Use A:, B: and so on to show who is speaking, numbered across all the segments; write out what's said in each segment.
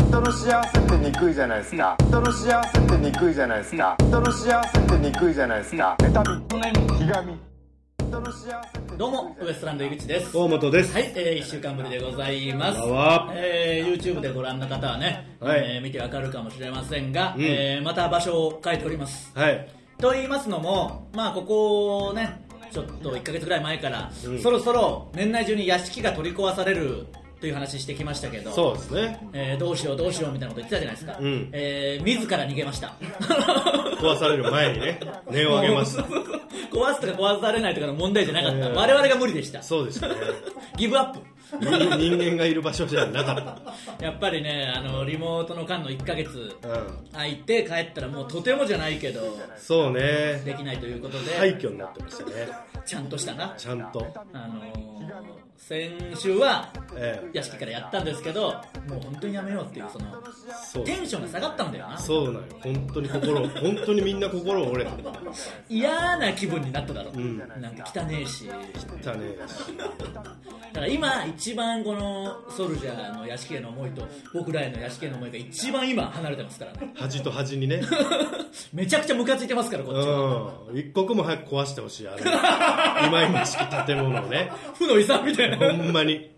A: 人の幸せってにくいじゃないですか人の幸せってにくいじゃないですか人の幸せってにくいじゃないですか妬みひがみ人の幸せって
B: どうもウエストランド井口です
C: 大本です。
B: はい、えー、1週間ぶりでございます
C: こんばんは
B: えー、YouTube でご覧の方はね、
C: はい
B: えー見てわかるかもしれませんが、
C: うん
B: えーまた場所を変えております
C: はい。
B: と言いますのもまあここねちょっと1ヶ月ぐらい前から、
C: うん
B: そろそろ年内中に屋敷が取り壊されるという話してきましたけど
C: そうですね。
B: えーどうしようどうしようみたいなこと言ってたじゃないですか、
C: うん
B: えー自ら逃げま した
C: 壊される前 にね、念を上げました。
B: 壊すとか壊されないとかの問題じゃなかった、
C: えー
B: 我々が無理でした
C: そうですね。
B: ギブアップ
C: 人人間がいる場所じゃなかっ
B: やっぱりねあのリモートの間の1ヶ月
C: た。うん。
B: 空いて帰ったらもうとてもじゃないけど
C: そうね。
B: できないということで、
C: 廃墟になってましたね。
B: ちゃんとしたな
C: ちゃんと。
B: あのー先週は
C: ええ
B: 屋敷からやったんですけどもう本当にやめようっていうその
C: そう
B: テンションが下がったんだよな
C: そうなのよ。本当に心、本当にみんな心折れた。
B: 嫌な気分になっただろ、
C: ん
B: なんか汚ねえし
C: 汚ねえし
B: だから今一番このソルジャーの屋敷への思いと僕らへの屋敷への思いが一番今離れてますからね
C: 端と端にね。
B: めちゃくちゃムカついてますからこっちは
C: うん。一刻も早く壊してほしい、あの、 いまいましき建物をね。
B: 負の遺産みたいな
C: ほんまに。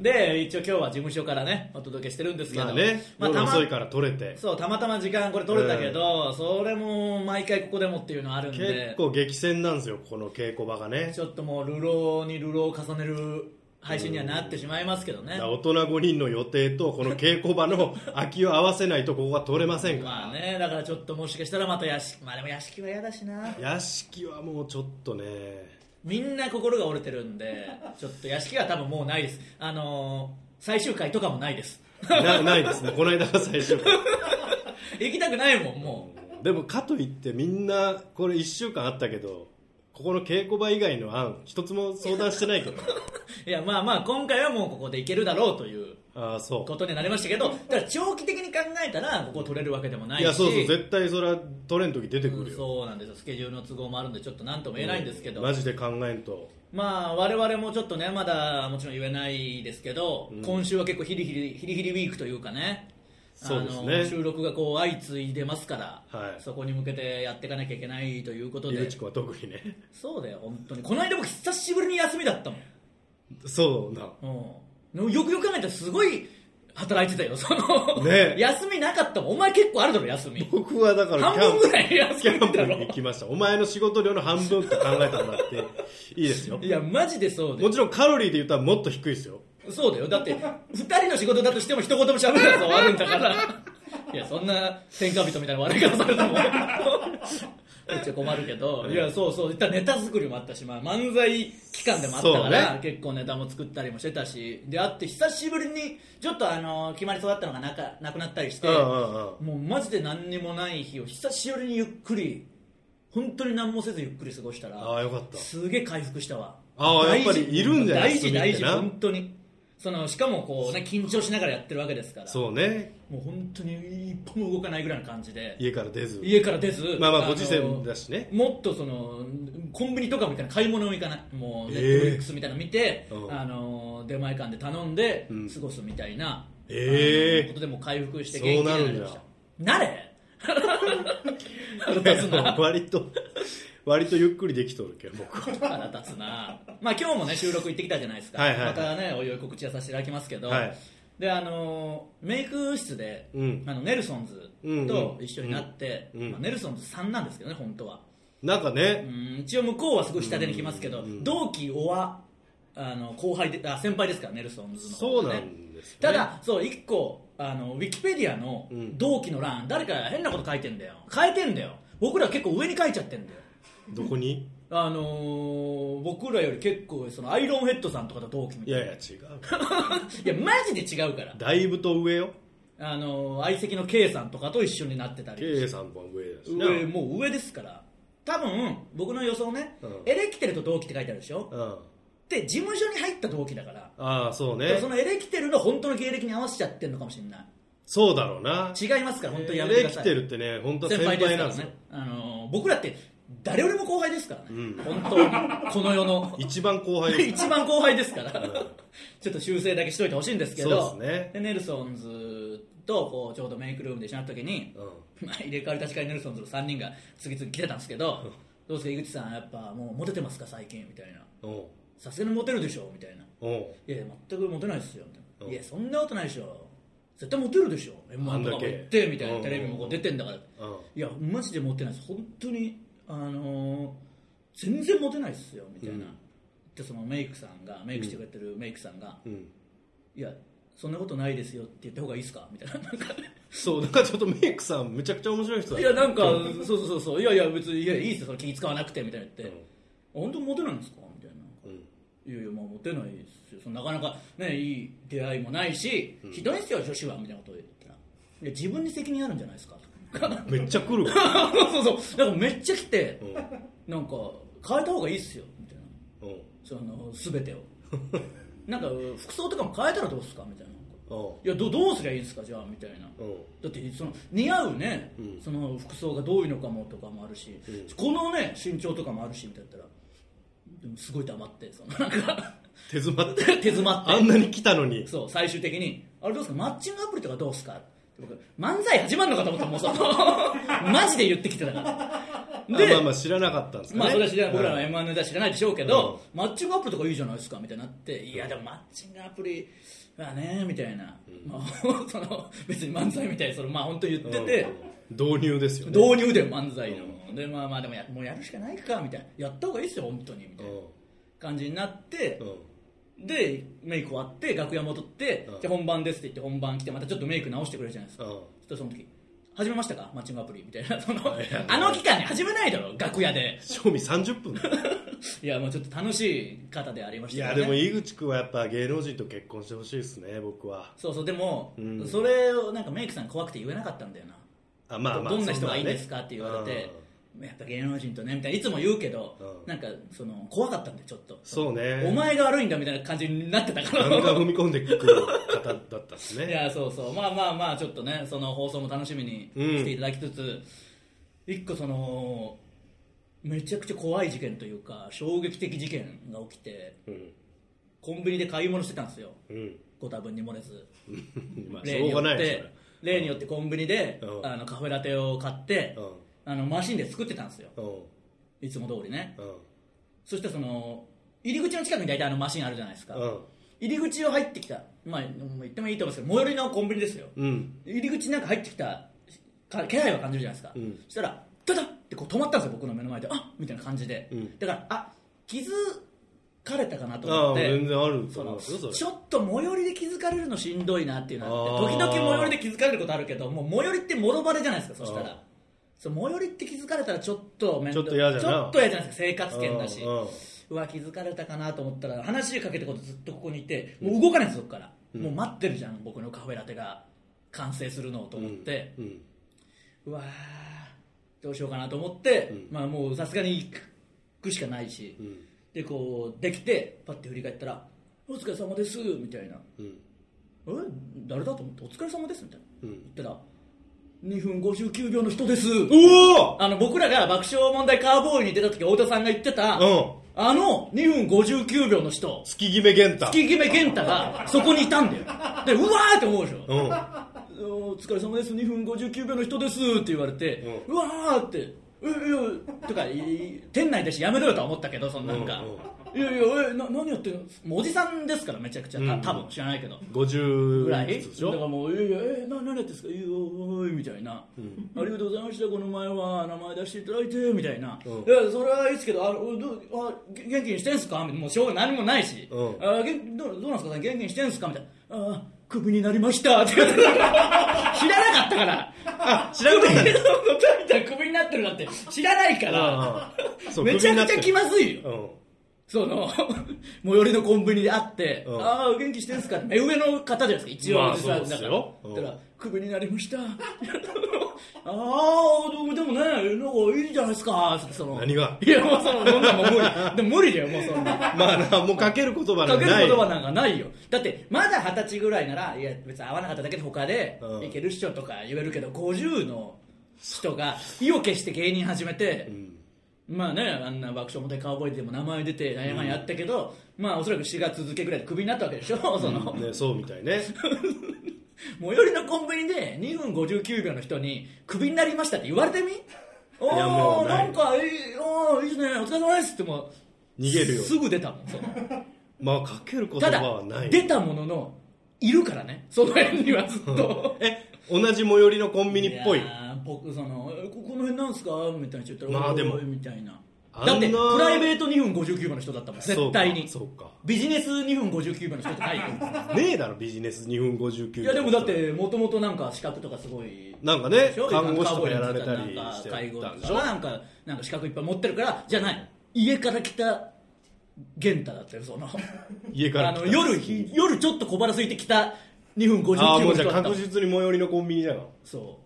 B: で一応今日は事務所からねお届けしてるんですけど、
C: まあね、
B: まあ
C: 夜
B: たま
C: 遅いから取れて。
B: そうたまたま時間これ取れたけど、それも毎回ここでもっていうのあるん
C: 結
B: で
C: 構激戦なんですよ、この稽古場がね
B: ち。ょっともう流浪に流浪を重ねる配信にはなってしまいますけどね、
C: 大人5人の予定とこの稽古場の 空きを合わせないとここが取れませんか
B: まあねだからちょっともしかしたらまた屋敷まあでも屋敷は嫌だしな
C: ら屋敷はもうちょっとね
B: みんな心が折れてるんでちょっと屋敷は多分もうないですあのー最終回とかもないです
C: なないですねこの間が最初
B: 行きたくないもんも
C: でもかといってみんなこれ1週間あったけどここの稽古場以外の案一つも相談してない けど
B: ういやまあまあ今回はもうここでいけるだろうという
C: ああそ
B: ことになりましたけどただ長期的に考えたらここ取れるわけでもな
C: う
B: いし
C: いやそうそう絶対それは取れん時出てく
B: う
C: る
B: ん
C: よ、
B: そうなんですよスケジュールの都合もあるんでちょっと何とも言えないんですけど、
C: マジで考えんと
B: まあ我々もちょっとねまだもちろん言えないですけど、今週は結構ヒリヒリヒリヒリウィークというかね
C: そうですね
B: あの収録がこう相次いでますから、
C: はい
B: そこに向けてやっていかなきゃいけないということ
C: 井
B: で
C: 口君は特にね
B: そうだよ本当にこの間僕久しぶりに休みだったもん
C: そうな
B: うん、よくよく考えたらすごい働いてたよその、
C: ね
B: 休みなかったもんお前結構あるだろ休み
C: 僕はだから
B: 半分ぐらい休
C: キャ
B: み
C: ン
B: だ
C: プ
B: ろ
C: に行きましたお前の仕事量の半分と考えてもらっていいですよ
B: いやマジでそうだ
C: も
B: よ
C: ちろんカロリーで言ったらもっと低いですよ
B: そうだよだって2人の仕事だとしても一言も喋らず終わるんだからいやそんな天下人みたいな笑い方されたもんこっちは困るけどいやそうそういったネタ作りもあったし、まあ、漫才期間でもあったから、
C: そうね
B: 結構ネタも作ったりもしてたしであって久しぶりにちょっとあの決まりそうだったのがなかなくなったりして、
C: うんうんうん
B: もうマジで何にもない日を久しぶりにゆっくり本当に何もせずゆっくり過ごしたら
C: ああよかった
B: すげえ回復したわ
C: ああ
B: 大事
C: やっぱりいるんじゃな
B: 大
C: い
B: 事
C: 休みって
B: 大事
C: な
B: 本当にそのしかもこうね緊張しながらやってるわけですから
C: そうね
B: もう本当に一歩も動かないぐらいの感じで
C: 家から出ず
B: 家から出ず
C: まあまあ
B: の
C: ご時世だしね
B: もっとそのコンビニとかみたいな買い物も行かないもう
C: え
B: ネ
C: え
B: ットフリックスみたいなの見て、
C: うん
B: あの出前館で頼んで
C: うん
B: 過ごすみたいな、
C: ええ
B: あのことでもう回復して元気になりました
C: そう
B: な れ 腹立つな
C: 割と割とゆっくりできとるけど僕は
B: 腹立つなまあ今日もね収録行ってきたじゃないですか、
C: はいはいはい
B: またねおいおい告知はさせていただきますけど、
C: はい
B: であのーメイク室で、
C: うん
B: あのネルソンズと一緒になって、
C: うんうんうん
B: まあ、ネルソンズさんなんですけどね本当は
C: なんか
B: う
C: ね
B: ん一応向こうはすごい下手に来ますけど、
C: うん
B: 同期おわあの後輩であ先輩ですからネルソンズの
C: そう
B: ね
C: なんですね
B: ただそう1個あのウィキペディアの
C: うん
B: 同期の欄、誰か変なこと書いてんだよ変えてんだよ僕ら結構上に書いちゃってんだよ
C: どこに
B: あのー僕らより結構そのアイロンヘッドさんとかと同期み
C: い
B: たいな
C: やいや違う
B: いやマジで違うから
C: だいぶと上よ
B: あのー相席の K さんとかと一緒になってたり
C: K さんも上だしな
B: 上もう上ですから多分僕の予想ね、
C: うん
B: エレキテルと同期って書いてあるでしょ
C: うん
B: で事務所に入った同期だから
C: ああそう
B: でも
C: ね
B: そのエレキテルの本当の芸歴に合わせちゃってるのかもしれない
C: そうだろうな
B: 違いますから本当にやめてく
C: レ
B: だ
C: キ
B: さい
C: テルってね本当は
B: 先
C: 先
B: 輩です
C: 輩
B: か
C: なん
B: ら
C: ですよ
B: ね、あのー僕らって誰よりも後輩ですからね、
C: うん
B: 本当この世の
C: 一番後輩です
B: 一番後輩ですから、ちょっと修正だけしといてほしいんですけど
C: そうですね
B: でネルソンズとこうちょうどメイクルームで一緒になった時に、
C: うん
B: まあ、入れ替わり立ち替えネルソンズの3人が次々来てたんですけ どどうですか井口さんやっぱもうモテてますか最近みたいな
C: おう
B: さすがにモテるでしょみたいな
C: おう
B: いや全くモテないですよみたい
C: うん
B: ないやそんなことないでしょ絶対モテるでしょ m
C: あん
B: 1
C: だ
B: と
C: け
B: かも行ってみたい
C: うん
B: なテレビもこう出てんだから
C: うん
B: いやマジでモテないです本当にあのー全然モテないですよみたいな、
C: うん
B: でそのメイクさんがメイクしてくれてるメイクさんが、
C: うん
B: いやそんなことないですよって言った方がいいですか みたいななんか
C: そうだからちょっとメイクさんめちゃくちゃ面白い人だ
B: いやなんかそうそうそうそういやいや別にいやいいですよそれ気使わなくてみたいな言って、本当にモテないんですかみたいな
C: うん
B: いやいやまあモテないですよそのなかなかねいい出会いもないし、ひどいですよ女子はみたいなことを言ったらいや自分に責任あるんじゃないですかとか
C: めっちゃ来るわ
B: そうそうそうなんかめっちゃ来て、
C: うん
B: なんか変えた方がいいっすよみたいな
C: うん
B: その全 てをなんか服装とかも変えたらどうっすかみたいな
C: おう
B: いやどどうすりゃいいんですかじゃあみたいな
C: うん
B: だってその似合うね、
C: うん
B: その服装がどういうのかもとかもあるし、
C: うん
B: このね身長とかもあるしみたいなったらでもすごい黙ってそのなんか
C: 手詰まって
B: 手詰まって
C: あんなに来たのに
B: そう最終的に「あれどうですかマッチングアプリとかどうですか?」って僕漫才始まるのかと思ったもうその マジで言ってきてたから
C: あまあまあ知らなかったんですかね
B: まあそれは知らない、僕らの
C: うん
B: M1 ネタ知らないでしょうけど、マッチングアプリとかいいじゃないですかみたいになって、いやでもマッチングアプリはねみたいな、まあ その別に漫才みたいにそのまあ本当に言ってて、
C: うん導入ですよね
B: 導入で漫才の、でまあまあでもやもうやるしかないかみたいな、やった方がいいですよ本当にみたいな感じになって
C: う、んうん
B: でメイク終わって楽屋戻って、
C: うん
B: じゃあ本番ですって言って本番来てまたちょっとメイク直してくれるじゃないですか。
C: うん
B: そしたらその時始めましたかマッチングアプリみたいなそのあの期間に始めないだろ楽屋で
C: 賞味30分
B: いやもうちょっと楽しい方でありまし
C: い
B: た
C: や
B: け
C: で
B: ど
C: も
B: ね
C: 井口君はやっぱ芸能人と結婚してほしいですね僕は
B: そうそうでも、
C: うん
B: それをなんかメイクさん怖くて言えなかったんだよな、
C: あまあまあ
B: どんな人が
C: そ
B: いいん
C: ね
B: ですかって言われて、やっぱ芸能人とねみたいないつも言うけど、
C: うん
B: なんかその怖かったんでちょっと
C: そうね
B: お前が悪いんだみたいな感じになってたか
C: ガンガ
B: ら
C: ン踏み込んでくる方だったんです
B: い
C: ね
B: やそうそうまあまあまあちょっとねその放送も楽しみに
C: うん
B: していただきつつ、一個そのめちゃくちゃ怖い事件というか衝撃的事件が起きて
C: うん
B: コンビニで買い物してたんですよ
C: うん
B: ご多分に漏れず
C: まあし
B: 例
C: ょ
B: に
C: う
B: よ
C: が
B: っ
C: ないで
B: て
C: すよ
B: 例によってコンビニで、
C: うん
B: あのカフェラテを買って、あのマシンで作ってたんですよ
C: うんうん
B: いつも通りね
C: うん
B: そしてその入り口の近くに大体あのマシンあるじゃないですか、
C: うん
B: 入り口を入ってきたまあ言ってもいいと思うんですけど最寄りのコンビニですよ
C: うん
B: 入り口なんか入ってきたか気配は感じるじゃないですか、
C: うん
B: そしたらダダッってこう止まったんですよ僕の目の前であみたいな感じで、
C: うん
B: だからあ気づかれたかなと思
C: ああ
B: って
C: 全然あると
B: そ
C: 思い
B: の
C: ますよそれ
B: ちょっと最寄りで気づかれるのしんどいなっていうのはあって時
C: あー
B: 々最寄りで気づかれることあるけどもう最寄りってもろバレじゃないですかそした
C: あー
B: らそう最寄りって気づかれたらちょっと面倒
C: ちょっと嫌じゃな
B: ちょっと嫌じゃないですか生活圏だし
C: うんうん
B: うわ気づかれたかなと思ったら話しかけてことずっとここにいてもう動かないんですそこから、もう待ってるじゃん僕のカフェラテが完成するのをと思って、
C: うん
B: うわーどうしようかなと思って、
C: うん
B: まあもうさすがに行くしかないし、
C: うん
B: でこうできてパッて振り返ったら「お疲れ様です」みたいな
C: うん
B: え誰だと思って「お疲れ様です」みたいな
C: うん
B: 言ったら「2分59秒の人です」
C: うお
B: あの僕らが爆笑問題カーボーイに出た時太田さんが言ってた、
C: うん
B: あの2分59秒の人
C: 月決め玄太
B: 月決め健太がそこにいたんだよでうわーって思うでしょ、
C: うん
B: お疲れ様です2分59秒の人ですって言われて、うわーって「ういうとかい店内だしやめろよとは思ったけどそんなんか、いやいやえな何やってるのおじさんですからめちゃくちゃた多分知らないけど
C: 50
B: ぐらい
C: ずつでしょ
B: だからもう「いやいやえな何やってんですかいやおい」みたいな、ありがとうございましたこの前は名前出していただいて」みたいな「
C: うん
B: いやそれはいいですけどあおどうあげ元気にしてんすか?」みたいなもうしょうが何もないし「
C: うん
B: あげどうどうなんですか元気にしてんすか?」みたいな「あクビになりました」って言って知らなかったから
C: あ知らなかったんです
B: みたいなクビになってるなんて知らないから
C: うんうんそう
B: めちゃくちゃ
C: クビ
B: 気
C: にな
B: まずいよ
C: うん
B: その 最寄りのコンビニで会って「
C: うん
B: ああお元気してんすか?」って目上の方じゃないですか一
C: ま
B: 応
C: あ
B: おじさんだ
C: そうです
B: から、
C: ようん
B: だから「クビになりました」 ああどうでもねなんかいいじゃないですか」その
C: 何が
B: いやもうそのそんなんもう無理でも無理だよもうそんな
C: まあなもうかける言葉な
B: か
C: ん
B: け
C: て
B: る
C: ない
B: 言葉なんかないよだってまだ二十歳ぐらいならいや別に合わなかっただけで他で
C: うん
B: いけるっしょとか言えるけど50の人が意を決して芸人始めて、
C: ん
B: まあねあんな爆笑問題カウボーイでも名前出て何やかんやったけど、まあおそらく4月付けぐらいでクビになったわけでしょ その、
C: ねそうみたいね
B: 最寄りのコンビニで2分59秒の人にクビになりましたって言われてみお
C: いやも
B: お
C: う
B: な
C: ない
B: んかいいおーいいですねお疲れ様ですってもう
C: 逃げるよ
B: すぐ出たもんそう
C: まあかける言葉
B: ただ
C: はない
B: 出たもののいるからねその辺にはずっと
C: え同じ最寄りのコンビニっぽい
B: やー僕そのえ「ここの辺なんすか?」みたいなちょっと
C: まあでも
B: みたいな
C: あんな
B: だってプライベート2分59秒の人だったもん絶対に
C: そうかそ
B: ビジネス2分59秒の人って ないよ
C: うかねえだろビジネス2分59
B: いやでもだってもともとなんか資格とかすごい
C: なんかね
B: でしょ
C: 看護師とかやられたり
B: なん
C: して
B: か介護
C: たんでし
B: と
C: ょ
B: かなんかなんか資格いっぱい持ってるからじゃない家から来た玄太だったよその
C: 家から
B: あ
C: 来
B: の
C: た
B: 夜夜ちょっと小腹空いてきた2分59
C: ああも
B: 秒の
C: うじゃ
B: 人
C: あ
B: だったも
C: 確
B: ん
C: 実に最寄りのコンビニじゃん
B: そう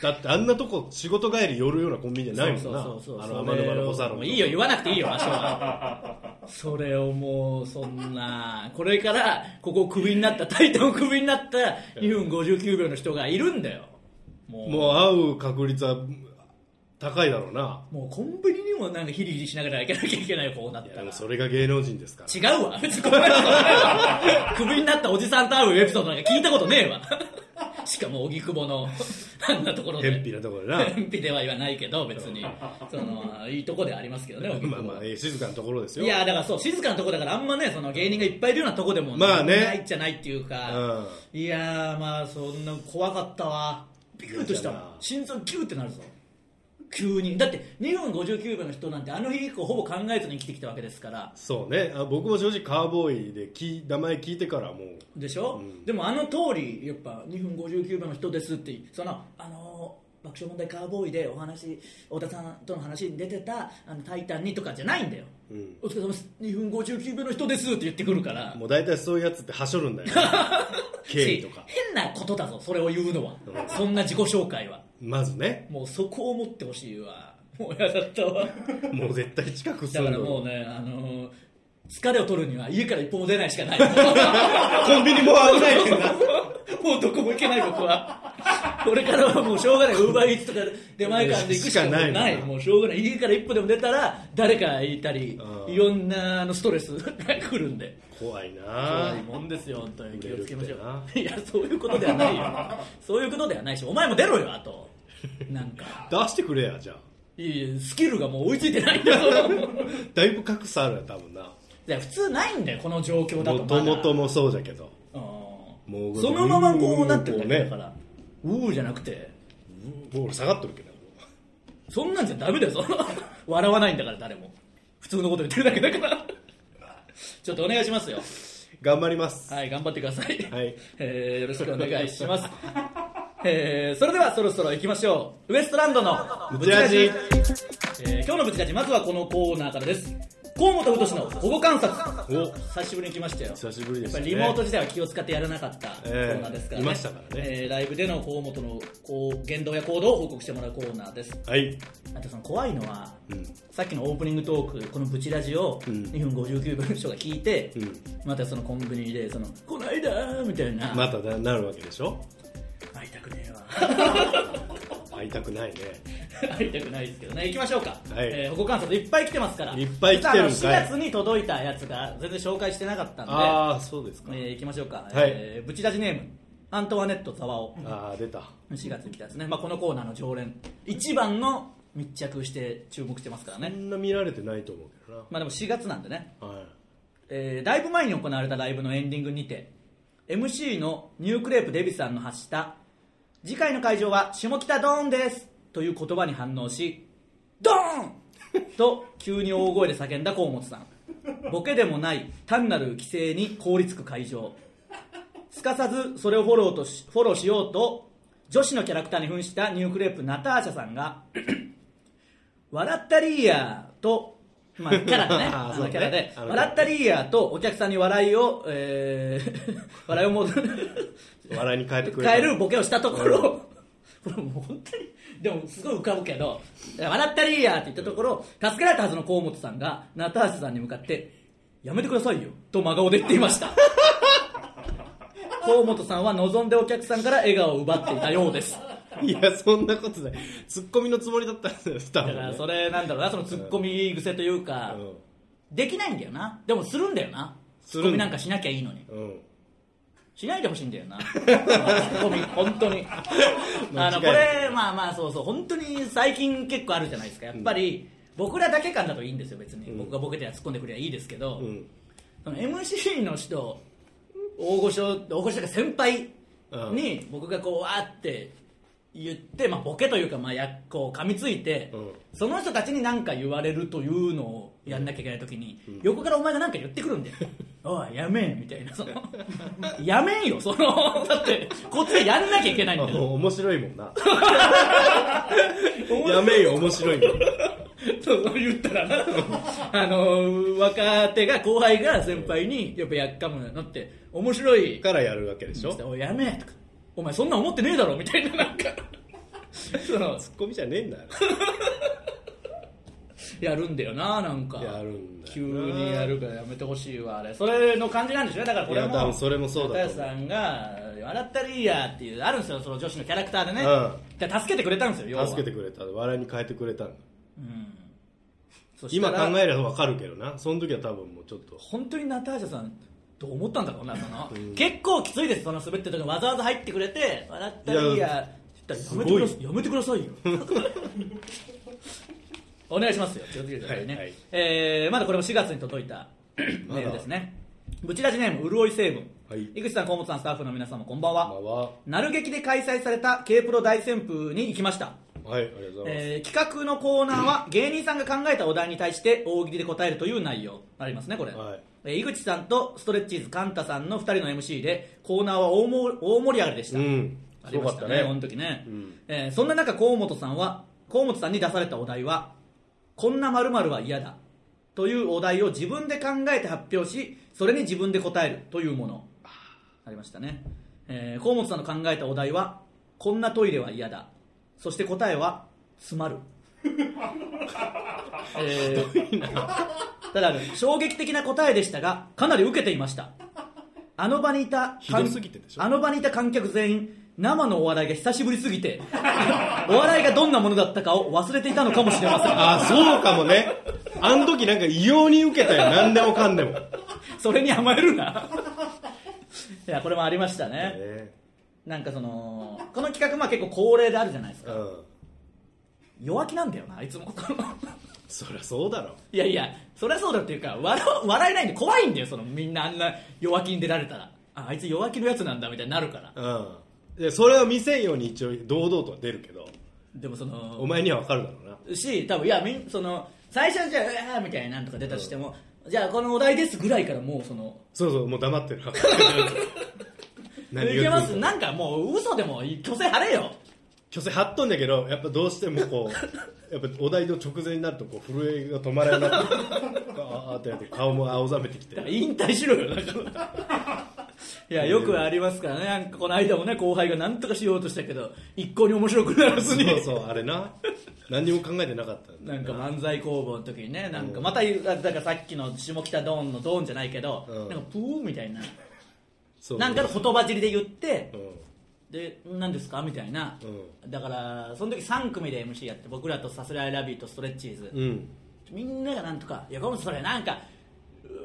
C: だってあんなとこ仕事帰り寄るようなコンビニじゃないもんな
B: そうそうそうそう
C: あの天沼の小サロ
B: も
C: ン
B: ういいよ言わなくていいよ場所は それをもうそんなこれからここクビになったタイトルクビになった2分59秒の人がいるんだよもう
C: もう会う確率は高いだろうな
B: もうコンビニにもなんかヒリヒリしながら行かなきゃいけないよこうなっ
C: い
B: た
C: やで
B: ら
C: もそれが芸能人ですから
B: 違うわ別にごめんなさいクビになったおじさんと会うエピソードなんか聞いたことねえわしかも荻窪のあんなところで
C: 偏僻なところで な
B: 偏僻では言わないけど別にそのいいとこではありますけどね荻
C: まあ
B: 窪
C: ま
B: は
C: あええ静かなところですよ
B: いやだからそう静かなとこだからあんまねその芸人がいっぱいいるようなとこでも
C: まあね
B: ないじゃないっていうか、いやーまあそんな怖かったわビクッとした
C: いやじゃ
B: わ
C: あ
B: 心臓キューってなるぞ急にだって2分59秒の人なんてあの日以降ほぼ考えずに生きてきたわけですから
C: そうねあ僕も正直カーボーイでき名前聞いてからもう
B: でしょ、でもあの通りやっぱ2分59秒の人ですってそのあのー爆笑問題カーボーイでお話太田さんとの話に出てた「あのタイタン」にとかじゃないんだよ、
C: ん
B: お疲れ様です2分59秒の人ですって言ってくるから、
C: もう大体そういうやつってはしょるんだよ 経緯とか
B: し変なことだぞそれを言うのは、そんな自己紹介は
C: まずね
B: もうそこを持ってほしいわもう嫌だったわ
C: もう絶対近くす
B: だ
C: る
B: からも
C: の
B: うねあのー疲れを取るには家から一歩も出ないしかない
C: コンビニも危ないけどな
B: もうどこも行けない僕はこれからはもうしょうがないウーバーイーツとか出前館で行くしかない
C: しかないもんな
B: もうしょうがない家から一歩でも出たら誰かいたり
C: うん
B: いろんなあのストレス が来るんで
C: 怖いな
B: 怖いもんですよ本当に気をつけましょ
C: 売
B: ういやそういうことではないよそういうことではないしお前も出ろよあとなんか
C: 出してくれやじゃあ
B: いいいスキルがもう追いついてないんだよ
C: だいぶ格差あるや多分ない
B: や普通ないんだよこの状況だと
C: も
B: ま
C: と
B: だ
C: もともそうじゃけど
B: う
C: も
B: ん
C: う
B: そのままこうなってるだけだからうーじゃなくて
C: もう俺下がっとるけど
B: そんなんじゃダメだよその 笑わないんだから誰も普通のこと言ってるだけだから ちょっとお願いしますよ
C: 頑張ります
B: はい頑張ってください、
C: はい
B: えーよろしくお願いします、 えーそれではそろそろ行きましょうウエストランドの
C: ブチラジ
B: えー今日のブチラジまずはこのコーナーからです河本太の保護観察
C: お
B: 久しぶりに来ましたよ
C: 久しぶりで
B: やっ
C: し
B: ぱ
C: た
B: り
C: ね
B: リモート自体は気を使ってやらなかったコーナーですから、ね
C: ええいましたからね
B: えーライブでの河本のこう言動や行動を報告してもらうコーナーです
C: はい
B: あとその怖いのは、
C: うん
B: さっきのオープニングトークこのブチラジを
C: うん
B: 2分59秒の人が聞いて、
C: うん
B: またそのコンビニでその「こないだ」みたいな、
C: またななるわけでしょ
B: 会いたくねえ
C: 会いたくないね
B: わ 会いたくないですけどね行きましょうか、
C: はい
B: えー保護観察いっぱい来てますから
C: いっぱい来てるんかい
B: 実はあの4月に届いたやつが全然紹介してなかったんで
C: ああそうですか、
B: えー、行きましょうか、
C: はい
B: えーブチラジネームアントワネット・ザワオ
C: ああ出た
B: 4月に来たやつね、まあ、このコーナーの常連一番の密着して注目してますから
C: そ
B: ね、
C: んな見られてないと思うけど
B: まあ、でも4月なんでね、
C: な、はい、
B: えーライブ前に行われたライブのエンディングにて MC のニュークレープデビさんの発した「次回の会場は下北ドーンです」という言葉に反応し「ドーン!」 と急に大声で叫んだ河本さんボケでもない単なる規制に凍りつく会場すかさずそれをフォローとしフォローしようと女子のキャラクターに扮したニュークレープナターシャさんが 「笑ったりーやー」と、まあ、キャラ でね
C: あー
B: あ
C: そう
B: の
C: ね
B: キャラで「
C: あの
B: 笑ったりーやー」とお客さんに笑いを、えー笑いを 戻る
C: 笑いに変えてくれた
B: 変えるボケをしたところ、これもう本当に、でもすごい浮かぶけど、笑ったらいいやって言ったところ、助けられたはずの河本さんが、ナターシャさんに向かって、やめてくださいよ、と真顔で言っていました。河本さんは望んでお客さんから笑顔を奪っていたようです。
C: いやそんなことないツッコミのつもりだったんだよスタ
B: だか
C: ッ
B: ら
C: フ
B: そ
C: もね
B: れなんだろうな、そのツッコミ癖というか、
C: う
B: できないんだよな。でもするんだよな。ツ
C: する
B: ッ
C: ん
B: コミなんかしなきゃいいのに。
C: んうん
B: しないでほしいんだよ なツッコミ本当にあのこ
C: 間違い
B: れまあまあそうそう本当に最近結構あるじゃないですかやっぱり、僕らだけ感だといいんですよ別に、
C: うん
B: 僕がボケてや突っ込んでくれりゃいいですけど、
C: うん
B: その MC の人大御所大御所というか先輩に僕がこうわーって言って、まあ、ボケというか、まあ、やこう噛みついて、
C: うん
B: その人たちに何か言われるというのをやんなきゃいけない時に、
C: ん
B: 横からお前が何か言ってくるん だよおいやめんみたいなその やめんよその だってこっちはやんなきゃいけないんだ
C: あ
B: よ
C: 面白いもんなやめよ面白いもん
B: そう言ったらなあの若手が後輩が先輩にやっぱやっかむのって面白い
C: からやるわけでしょ
B: つって
C: ツ
B: おいやめえとかお前そんな思ってねえだろみたいな なんかその
C: ッコミじゃねえんだよ
B: やるんだよななんか
C: やるんだよな
B: 急にやるからやめてほしいわあれそれの感じなんでしょうねだからこれ
C: いや多
B: も
C: 分それもそうだと思う
B: 片谷さんが「笑ったらいいや」っていうあるんですよその女子のキャラクターでね、
C: う
B: で助けてくれたんですよ要は
C: 助けてくれた笑いに変えてくれたんだ
B: うんそした
C: 今
B: ら
C: 考えればわかるけどなその時は多分もうちょっと
B: 本当にナターシャさんどう思ったんだろうなその、結構きついですその滑ってる時にわざわざ入ってくれて笑ったらいい
C: い
B: や
C: や
B: って言ったらやめてくださ
C: す
B: いやめてくださいよ お願いしますよ気をつけてくださいね、
C: はいはい
B: えーまだこれも4月に届いた メールですねブチラジネームうるおい成分、
C: はい
B: 井口さん河本さんスタッフの皆様こんばんは、
C: まあは
B: なる劇で開催された K プロ大旋風に行きました
C: はいありがとうございます、
B: えー企画のコーナーは芸人さんが考えたお題に対して大喜利で答えるという内容ありますねこれ、
C: はい
B: えー井口さんとストレッチーズカンタさんの2人の MC でコーナーは大も大盛り上がりでした、
C: うん
B: ありましたね
C: すごかったね
B: この時ね、
C: うん
B: えーそんな中河本さんは河本さんに出されたお題は「こんな〇〇は嫌だ」というお題を自分で考えて発表しそれに自分で答えるというものありましたね、えー河本さんの考えたお題は「こんなトイレは嫌だ」そして答えは「詰 まる」えーただ衝撃的な答えでしたがかなり受けていましたあの場にいた
C: ひどすぎてでしょ
B: あの場にいた観客全員生のお笑いが久しぶりすぎて お笑いがどんなものだったかを忘れていたのかもしれません
C: ああそうかもねあの時なんか異様に受けたよ何でもかんでも、
B: それに甘えるな いやこれもありましたね
C: ね
B: なんかそのこの企画まあ結構恒例であるじゃないです
C: う
B: か
C: ん
B: 弱気なんだよなあいつも
C: そりゃそうだろ
B: いやいやそりゃそうだっていうか笑笑えないんで怖いんだよそのみんなあんな弱気に出られたらああいつ弱気のやつなんだみたいになるから
C: うんでそれを見せんように一応堂々とは出るけど
B: でもその
C: お前には分かるだろうな
B: し多分いやみんその最初じゃあ「うわーみたいななんとか出たとしても、じゃあこのお題ですぐらいからもうその
C: そうそうもう黙っ てる何が
B: い
C: 来
B: け
C: る
B: ますなんかもう嘘でもいい虚勢張れよ
C: 虚勢張っとんだけどやっぱどうしてもこ うやっぱお題の直前になるとこう震えが止まらなくなってあーってやって顔も青ざめてきて
B: だから引退しろよだからいやよくありますからねなんかこの間もね後輩が何とかしようとしたけど一向に面白くならずに
C: そうそうあれな何にも考えてなかっただ
B: なんか漫才工房の時にねなんかまただからさっきの下北ドーンのドーンじゃないけど、
C: うん
B: なんかプーみたいな
C: そう
B: なんかの言葉尻で言って
C: うん
B: で何ですかみたいな、だからその時3組で MC やって僕らとさすらいラビーとストレッチーズ、
C: うん
B: みんながなんとか「いやゴムそれなんか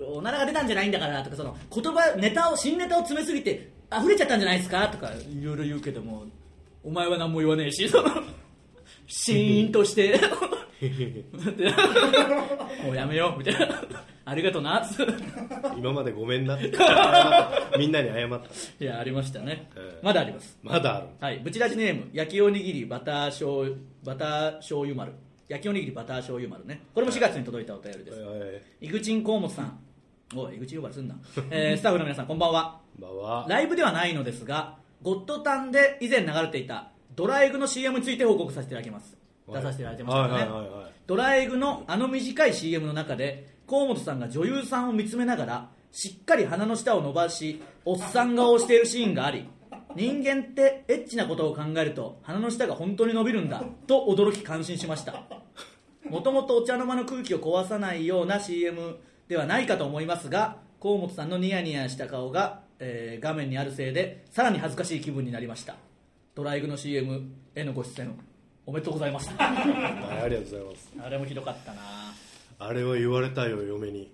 B: うおならが出たんじゃないんだから」とかその言葉ネタを新ネタを詰めすぎて溢れちゃったんじゃないですかとかいろいろ言うけどもお前は何も言わねえしそのシーンとしてでもうやめようみたいなありがとうなつって
C: 今までごめんなってみんなに謝った
B: いやありましたね、
C: ええ
B: まだあります
C: まだある
B: はい、ブチラジネーム焼きおにぎりバター醤バター醤油丸焼きおにぎりバター醤油丸ねこれも4月に届いたお便りです
C: え
B: 井口ん河本さんおい井口呼ばれすんな、えースタッフの皆さんこんばんは
C: ーまあわ
B: ライブではないのですがゴッドタンで以前流れていたドライグの CM について報告させていただきます出させていただいてましたよね、
C: はいはいはいはい
B: ドライグのあの短い CM の中で河本さんが女優さんを見つめながらしっかり鼻の下を伸ばしおっさん顔をしているシーンがあり人間ってエッチなことを考えると鼻の下が本当に伸びるんだと驚き感心しましたもともとお茶の間の空気を壊さないような CM ではないかと思いますが河本さんのニヤニヤした顔が、えー画面にあるせいでさらに恥ずかしい気分になりましたドライグの CM へのご出演おめでとうございましたあ
C: はいありがとうございます
B: れもひどかったな
C: あれは言われたよ嫁に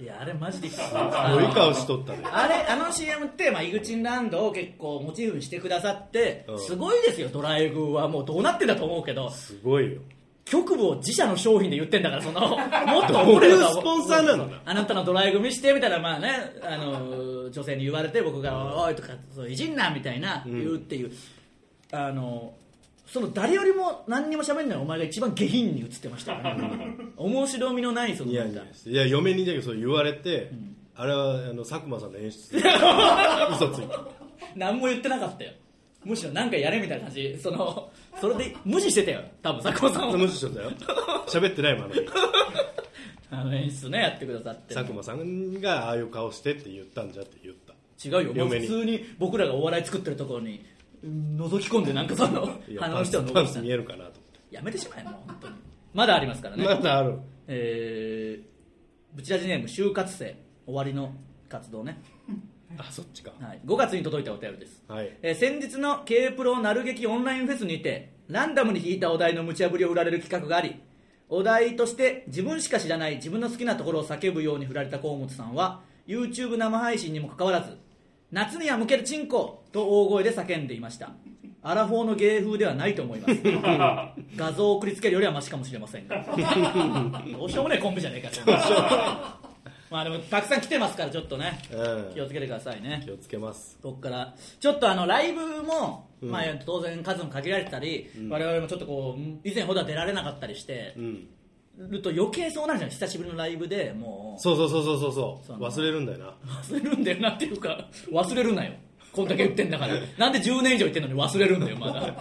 B: いやあれマジできつい
C: もういい顔しとったね
B: あれあの CM って、まあ、イグチンランドを結構モチーフにしてくださって、
C: うん
B: すごいですよドライブはもうどうなってんだと思うけど
C: すごいよ
B: 局部を自社の商品で言ってんだからその もっと
C: どう
B: 俺
C: い
B: ら
C: う
B: が
C: スポンサーなんだ
B: あなたのドライブ見してみたいなまあねあの女性に言われて僕が「おい」とか「そういじんな」みたいな言うっていう、あのその誰よりも何にも喋んないお前が一番下品に映ってま したよね面白みのないその
C: いや
B: なん
C: い
B: か
C: やいや嫁にだけどそう言われて、あれはあの佐久間さんの演 出嘘ついた
B: 何も言ってなかったよむしろなんかやれみたいな感じそのそれで無視してたよ多分佐久間さんを
C: 無視しとったよ喋ってないもんあ の時
B: あの演出ねやってくださって
C: 佐久間さんがああいう顔してって言ったんじゃって言った
B: 違うよもう
C: 嫁
B: 普
C: に
B: 通に僕らがお笑い作ってるところにうん覗き込んでなんかその
C: い や
B: 鼻
C: パ
B: の
C: ン
B: 人を
C: ツパ
B: 覗
C: ン
B: き
C: ツ
B: 込ん
C: 見
B: で
C: えるかなと
B: やめてしまえもう本当にまだありますからね、
C: 思ってまだある
B: えー、ブチラジネーム就活生終わりの活動ね、
C: あそっちか
B: はい、5月に届いたお便りです
C: はい
B: えー先日の k プロなる劇オンラインフェスにてランダムに引いたお題の無茶ぶりを売られる企画がありお題として自分しか知らない自分の好きなところを叫ぶように振られた河本さんは YouTube 生配信にもかかわらず夏には向けるチンコと大声で叫んでいましたアラフォーの芸風ではないと思います画像を送りつけるよりはマシかもしれませんがどうしようもねえコンビじゃねえかそんなまあでもたくさん来てますからちょっとね
C: うん
B: 気をつけてくださいね
C: 気をつけます
B: 僕からちょっとあのライブも、
C: うん
B: まあ、当然数も限られてたり、我々もちょっとこう以前ほどは出られなかったりして
C: うん
B: ると余計そうなるじゃん久しぶりのライブでもう
C: そうそうそうそうそうそう
B: そう
C: 忘れるんだよな
B: 忘れるんだよなっていうか忘れるなよこんだけ言ってんだ からなんで10年以上言ってんのに忘れるんだよまだ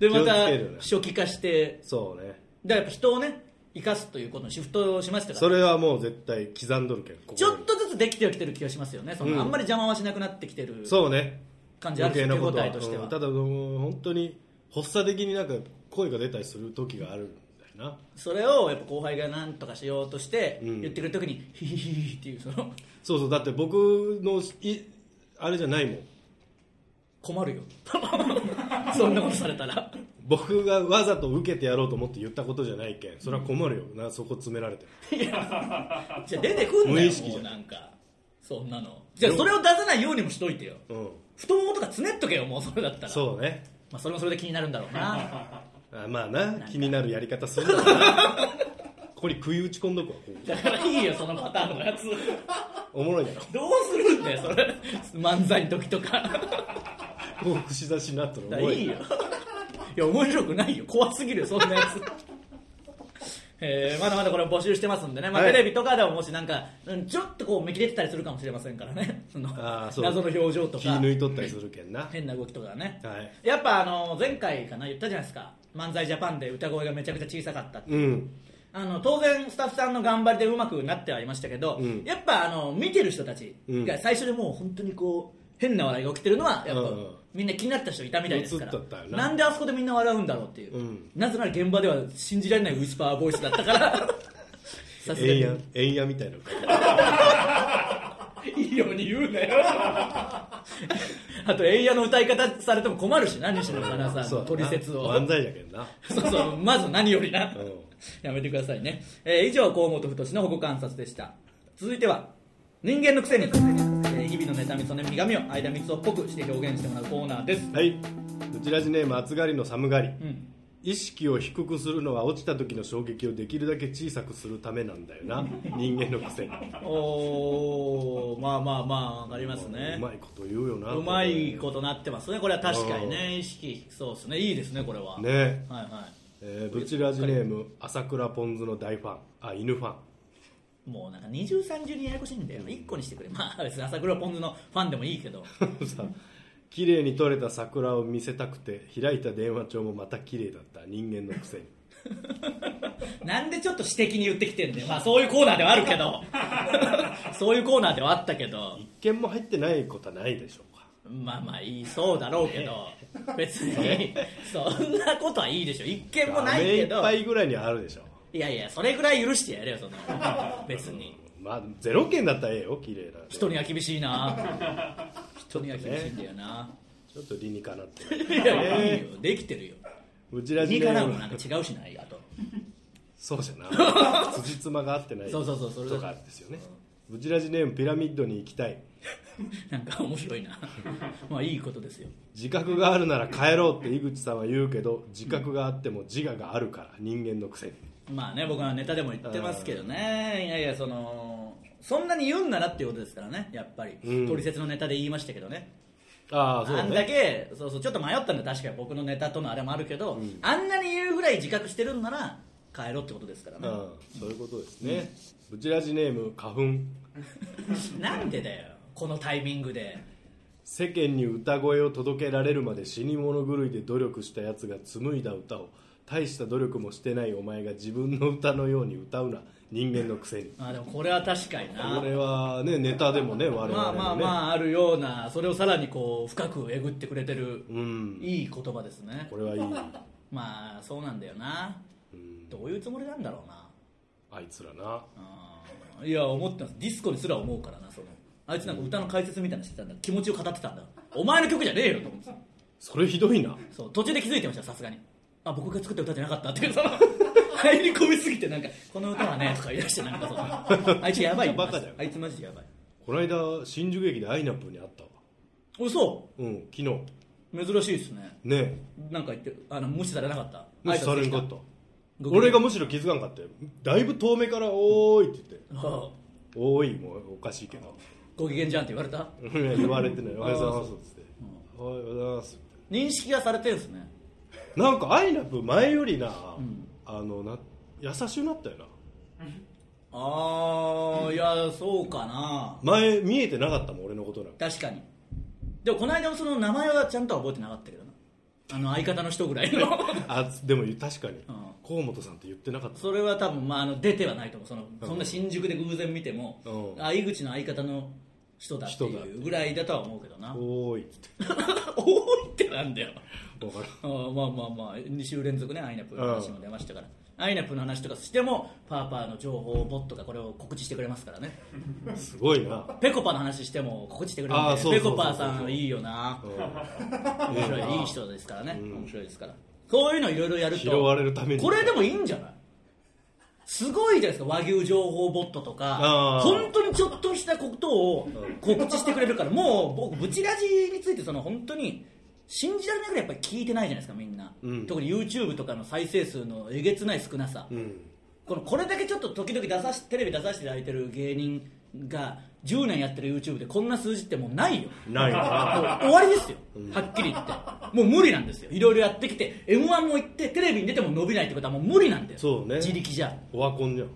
B: でまた
C: 気をつけるね
B: 初期化して
C: そうね
B: だからやっぱ人をね生かすということにシフトをしましたか
C: そ
B: ら
C: れはもう絶対刻んどるけんここに
B: ちょっとずつできてはきてる気がしますよねその、
C: うん
B: あんまり邪魔はしなくなってきてる
C: そうね
B: 感じあるし手応えとしては、
C: うんただもう本当に発作的になんか声が出たりする時があるんだよな
B: それをやっぱ後輩が何とかしようとして
C: うん
B: 言ってくるときに「ヒヒヒヒ」っていうその
C: そうそうだって僕のいあれじゃないもん
B: 困るよ そんなことされたら
C: 僕がわざと受けてやろうと思って言ったことじゃないけんそれは困るよなそこ詰められて
B: じゃあ出てくん
C: 無
B: だよ
C: 意識じ
B: も
C: ゃ
B: うんなんかそんなのじゃあそれを出さないようにもしといてよ
C: うん
B: 太ももとかつねっとけよもうそれだったら
C: そうね
B: まあ、それもそれで気になるんだろうな
C: あまあな気になるやり方するんだろうな ここに食い打ち込んどくわこ
B: だからいいよそのパターンのやつ
C: うおもろいだろ
B: どうするんだよそれ漫才の時とか
C: こう串刺しになったらお
B: だ
C: も
B: から
C: ろ
B: いいよいや面白くないよ怖すぎるよそんなやつえーまだまだこれ募集してますんでね、まあ
C: はい
B: テレビとかでももしなんか、うんちょっとこう見切れてたりするかもしれませんからねその
C: あーそう
B: 謎の表情と
C: 気
B: か
C: 抜いとったりするけんな
B: 変な動きとかね、
C: はい
B: やっぱあの前回かな言ったじゃないですか漫才ジャパンで歌声がめちゃくちゃ小さかったって
C: うん
B: あの当然スタッフさんの頑張りでうまくなってはいましたけど、
C: うん
B: やっぱあの見てる人たちが最初でもう本当にこう変な笑いが起きてるのはやっぱ、
C: うん
B: みんな気になった人いたみたいですから
C: 映っとったよなん
B: であそこでみんな笑うんだろうっていう、
C: うん
B: なぜなら現場では信じられないウィスパーボイスだったから さすが
C: えん
B: に
C: やえんやみたいな
B: ないいように言うなよあとエイヤの歌い方されても困るし何しろかなさん
C: そう
B: の取説を
C: 漫才じゃけんな
B: そうそうまず何よりな、
C: うん
B: やめてくださいね、えー以上河本太の保護観察でした続いては人間のくせに、えー日々の妬みそねみがみを間みつをっぽくして表現してもらうコーナーです
C: はいブチラジネーム暑がりの寒がり
B: うん
C: 意識を低くするのは落ちた時の衝撃をできるだけ小さくするためなんだ よな人間のくせに
B: おーまあまあまあわかりますね
C: うまいこと言うよな
B: うまいことなってますねこれは確かにね意識そうですねいいですねこれは、
C: ね
B: はいは
C: えーブチラジネーム朝倉ポン酢の大ファンあ犬ファン
B: いもうなんか二重三重にややこしいんだよ1個にしてくれまあ別に朝倉ポン酢のファンでもいいけど
C: さ綺麗に撮れた桜を見せたくて開いた電話帳もまた綺麗だった人間のくせに
B: なんでちょっと私的に言ってきてんだよまあそういうコーナーではあるけど そういうコーナーではあったけど
C: 一件も入ってないことはないでしょうか
B: まあまあいいそうだろうけど別にそんなことはいいでしょ一件もないけ
C: 画
B: ど
C: 面いっぱいぐらいにはあるでしょ
B: いやいやそれぐらい許してやれよその別に
C: まあゼロ件だったらええよ綺麗な
B: 人には厳しいな人には厳しいんだよな、
C: ちょっと理にかなってる
B: いやいいよできてるよ
C: ブチラジ
B: に
C: ネ
B: かな
C: ー
B: う
C: ム
B: もなんか違うしないあと
C: そうじゃな辻褄が合ってない
B: そうそうそうそれだ
C: とかあるんですよねブチラジネームピラミッドに行きたい
B: なんか面白いなまあいいことですよ
C: 自覚があるなら帰ろうって井口さんは言うけど自覚があっても自我があるから人間のくせに
B: まあね僕はネタでも言ってますけどねいやいやそのそんなに言うんならっていうことですからねやっぱり、
C: うん
B: トリセツのネタで言いましたけどね
C: ああそう
B: あ
C: だ
B: んだ
C: ね
B: けそうそうちょっと迷ったんだ確かに僕のネタとのあれもあるけど、あんなに言うぐらい自覚してるんなら帰ろうってことですから
C: う
B: ね、
C: んそういうことですねブチラジネーム花粉
B: なんでだよこのタイミングで
C: 世間に歌声を届けられるまで死に物狂いで努力したやつが紡いだ歌を大した努力もしてないお前が自分の歌のように歌うな人間のくせに
B: あでもこれは確かにな
C: これはねネタでもね我々のね
B: まあまあまああるようなそれをさらにこう深くえぐってくれてる、
C: うん
B: いい言葉ですね
C: これはいい
B: まあそうなんだよな
C: うん
B: どういうつもりなんだろうな
C: あいつらな
B: うんいや思ってますディスコにすら思うからなそのあいつなんか歌の解説みたいなのしてたんだ気持ちを語ってたんだお前の曲じゃねえよと思って
C: それひどいな
B: そう途中で気づいてましたさすがにあ僕が作った歌じゃなかった っていうその入り込みすぎてなんかこの歌はねとか言い出してなんかそのあいつやばいよ
C: バカだよ
B: あいつマジでやばい
C: この間新宿駅でアイナップに会ったわ
B: 嘘
C: うん昨日
B: 珍しいですね
C: ね
B: なんか言ってあの無視されなかった
C: 無視されんかった
B: ご機嫌
C: 俺がむしろ気づかんかったよだいぶ遠目から「おーい」って言って
B: ああ
C: 「おーい」もおかしいけど
B: ご機嫌じゃんって言われた
C: いや言われてない「おはようございます」っつって「おはようございます」
B: 認識がされてるんですね
C: なんかアイナップ前よりな、あのな優しくなったよな
B: ああいやそうかな
C: 前見えてなかったもん俺のことなんか
B: 確かにでもこの間もその名前はちゃんとは覚えてなかったけどなあの相方の人ぐらい の
C: あでも確かに
B: ん
C: 河本さんって言ってなかった
B: それは多分、まあ、あの出てはないと思うそのそんな新宿で偶然見ても、
C: うん
B: あ井口の相方の人だって
C: 人だって
B: いうぐらいだとは思うけどな
C: おーいっつって
B: 多いってなんだよ
C: 分からん
B: あーまあまあまあ2週連続ねアイナップの話も出ましたから、アイナップの話とかしてもパーパーの情報ボットがこれを告知してくれますからね
C: すごいな
B: ぺこぱの話しても告知してくれるん
C: あー
B: で
C: そう
B: ぺ
C: そうそ
B: こ
C: うそう
B: ぱさんいいよな面白
C: うん
B: いいい人ですからね、面白いですからそういうのいろいろやると
C: 拾われるために
B: これでもいいんじゃないすごいじゃないですか和牛情報ボットとか
C: あー
B: 本当にちょっとしたことを告知してくれるからもう僕ブチラジについてその本当に信じられないぐらいやっぱり聞いてないじゃないですかみんな、
C: うん
B: 特に YouTube とかの再生数のえげつない少なさ、
C: うん
B: このこれだけちょっと時々出さしテレビ出させていただいてる芸人が10年やってる YouTube でこんな数字ってもうないよ
C: ないな
B: 終わりですよ、はっきり言ってもう無理なんですよいろいろやってきて m 1も行ってテレビに出ても伸びないってことはもう無理なんだよ
C: そうね
B: 自力じゃ
C: オワコンじゃん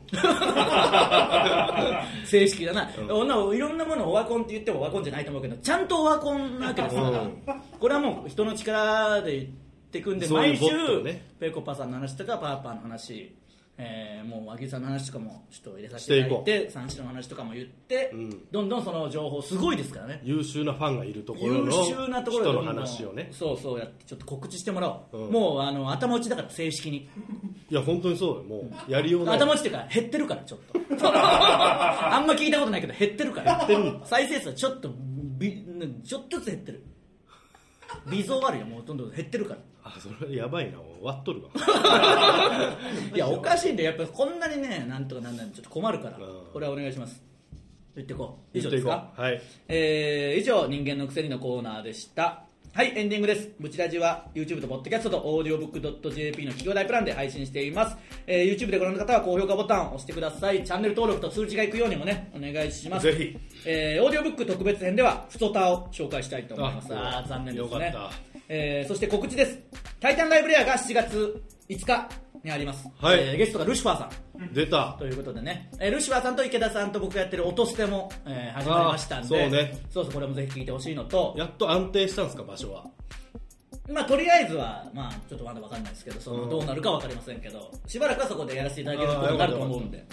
B: 正式だな、女をいろんなものをオワコンって言ってもオワコンじゃないと思うけどちゃんとオワコンなわけですから、
C: うん
B: これはもう人の力で言ってくんで
C: そうい
B: 毎
C: う
B: 週
C: ことだね
B: ぺこぱさんの話とかパーパーの話えーもう和牛さんの話とかもちょっと入れさせていただいて三四郎の話とかも言って、
C: うん
B: どんどんその情報すごいですからね
C: 優秀なファンがいるところ
B: 優
C: の
B: 秀なところで
C: 人
B: ど
C: の
B: んどん
C: 話をね
B: そうそうやってちょっと告知してもらおう、
C: うん
B: もうあの頭打ちだから正式に
C: いや本当にそうだよもうやりようない
B: 頭打ちっていうか減ってるからちょっ とあんま聞いたことないけど減ってるから
C: 減ってるん
B: 再生数はちょっとびちょっとずつ減ってる微増あるよもうどんどん減ってるから
C: あそれやばいなもう割っとるわ
B: いやおかしいんだよやっぱりこんなにねなんとかなんないのちょっと困るから
C: うん
B: これはお願いします言ってこう以
C: 言
B: 上で
C: ってい
B: す
C: こう
B: か
C: はい
B: えー以上人間のくせにのコーナーでしたはいエンディングですブチラジは YouTube と Podcast と audiobook.jp の企業大プランで配信しています、えー YouTube でご覧の方は高評価ボタンを押してくださいチャンネル登録と通知がいくようにもねお願いします
C: ぜひ
B: えーオーディオブック特別編では「ふとた」を紹介したいと思います
C: あ
B: あー残念ですね
C: よかった
B: えーそして告知です「タイタンライブレア」が7月5日にあります、
C: はい
B: えーゲストがルシファーさん
C: 出た
B: ということでね、えールシファーさんと池田さんと僕がやってる音捨ても、えー始まりましたんで
C: あーそうね
B: そうそうこれもぜひ聞いてほしいのと
C: やっと安定したんですか場所は
B: まあとりあえずはまあちょっとまだわかんないですけどその、
C: うん
B: どうなるかわかりませんけどしばらくはそこでやらせていただける
C: あー
B: ことになると思うんで。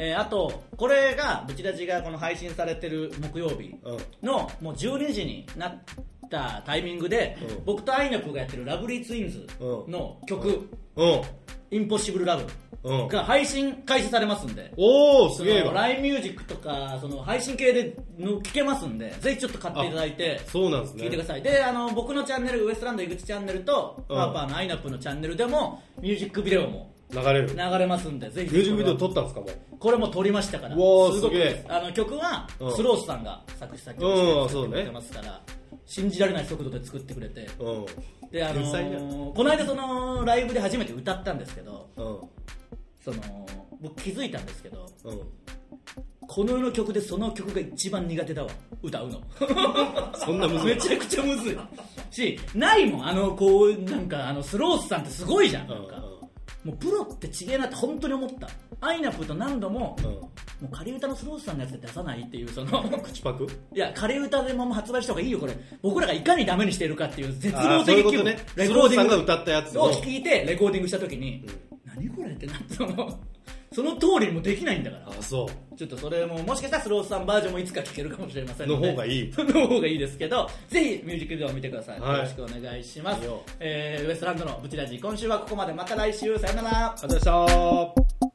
B: えーあと、これが、ブチラジがこの配信されてる木曜日の、もう12時になったタイミングで、
C: うん
B: 僕とアイナプーがやってるラブリーツインズの曲、
C: うん
B: インポッシブルラ
C: う
B: ブ
C: ん
B: が配信開始されますんで、
C: おおす
B: そ
C: げえ
B: の
C: わ
B: LINE ミュージックとかその配信系での聞けますんでぜひちょっと買っていただいて
C: そうなんですね
B: 聞いてくださいであの僕のチャンネルウエストランド井口チャンネルと
C: うん
B: パーパーのアイナップのチャンネルでもミュージックビデオも
C: 流れる
B: 流れますんでぜひ
C: ミュージックビデオ撮
B: っ
C: ったんですかもう
B: これも撮りましたから
C: うわー
B: ごく
C: すげえ
B: あの曲は
C: うん
B: スロースさんが作詞作曲
C: う
B: し
C: ん
B: て作ってくれ
C: そ
B: て
C: うね
B: ますから、信じられない速度で作ってくれて
C: うん
B: であの
C: 天才だ
B: ーこの間そのライブで初めて歌ったんですけど
C: う
B: その僕気づいたんですけど
C: んうん
B: この世の曲でその曲が一番苦手だわ歌 うの
C: そんな難
B: め
C: しい
B: ちゃくちゃむずいしないもんあのこうなんかあのスロースさんってすごいじゃんなんか、もうプロってちげえなって本当に思ったアイナプーと何度も、
C: うん
B: も
C: うんうん
B: う仮歌のスロースさんのやつで出さないっていうその
C: 口パク
B: いや仮歌でも発売した方がいいよこれ僕らがいかにダメにしているかっていう絶望
C: あーそうい
B: 的
C: うこ
B: 分
C: とね
B: レコーディング
C: スロースさんが歌ったやつを
B: を聞いてレコーディングした時に、何これってなってそのその通りにもできないんだから
C: あそ
B: ちょっとそれももしかしたらスロースさんバージョンもいつか聴けるかもしれませんので
C: の方がいい
B: の方がいいですけどぜひミュージックビデオを見てください、
C: はい
B: よろしくお願いします
C: いいよ
B: えーウエストランドのブチラジ今週はここまでまた来週さよなら
C: うありがとうございました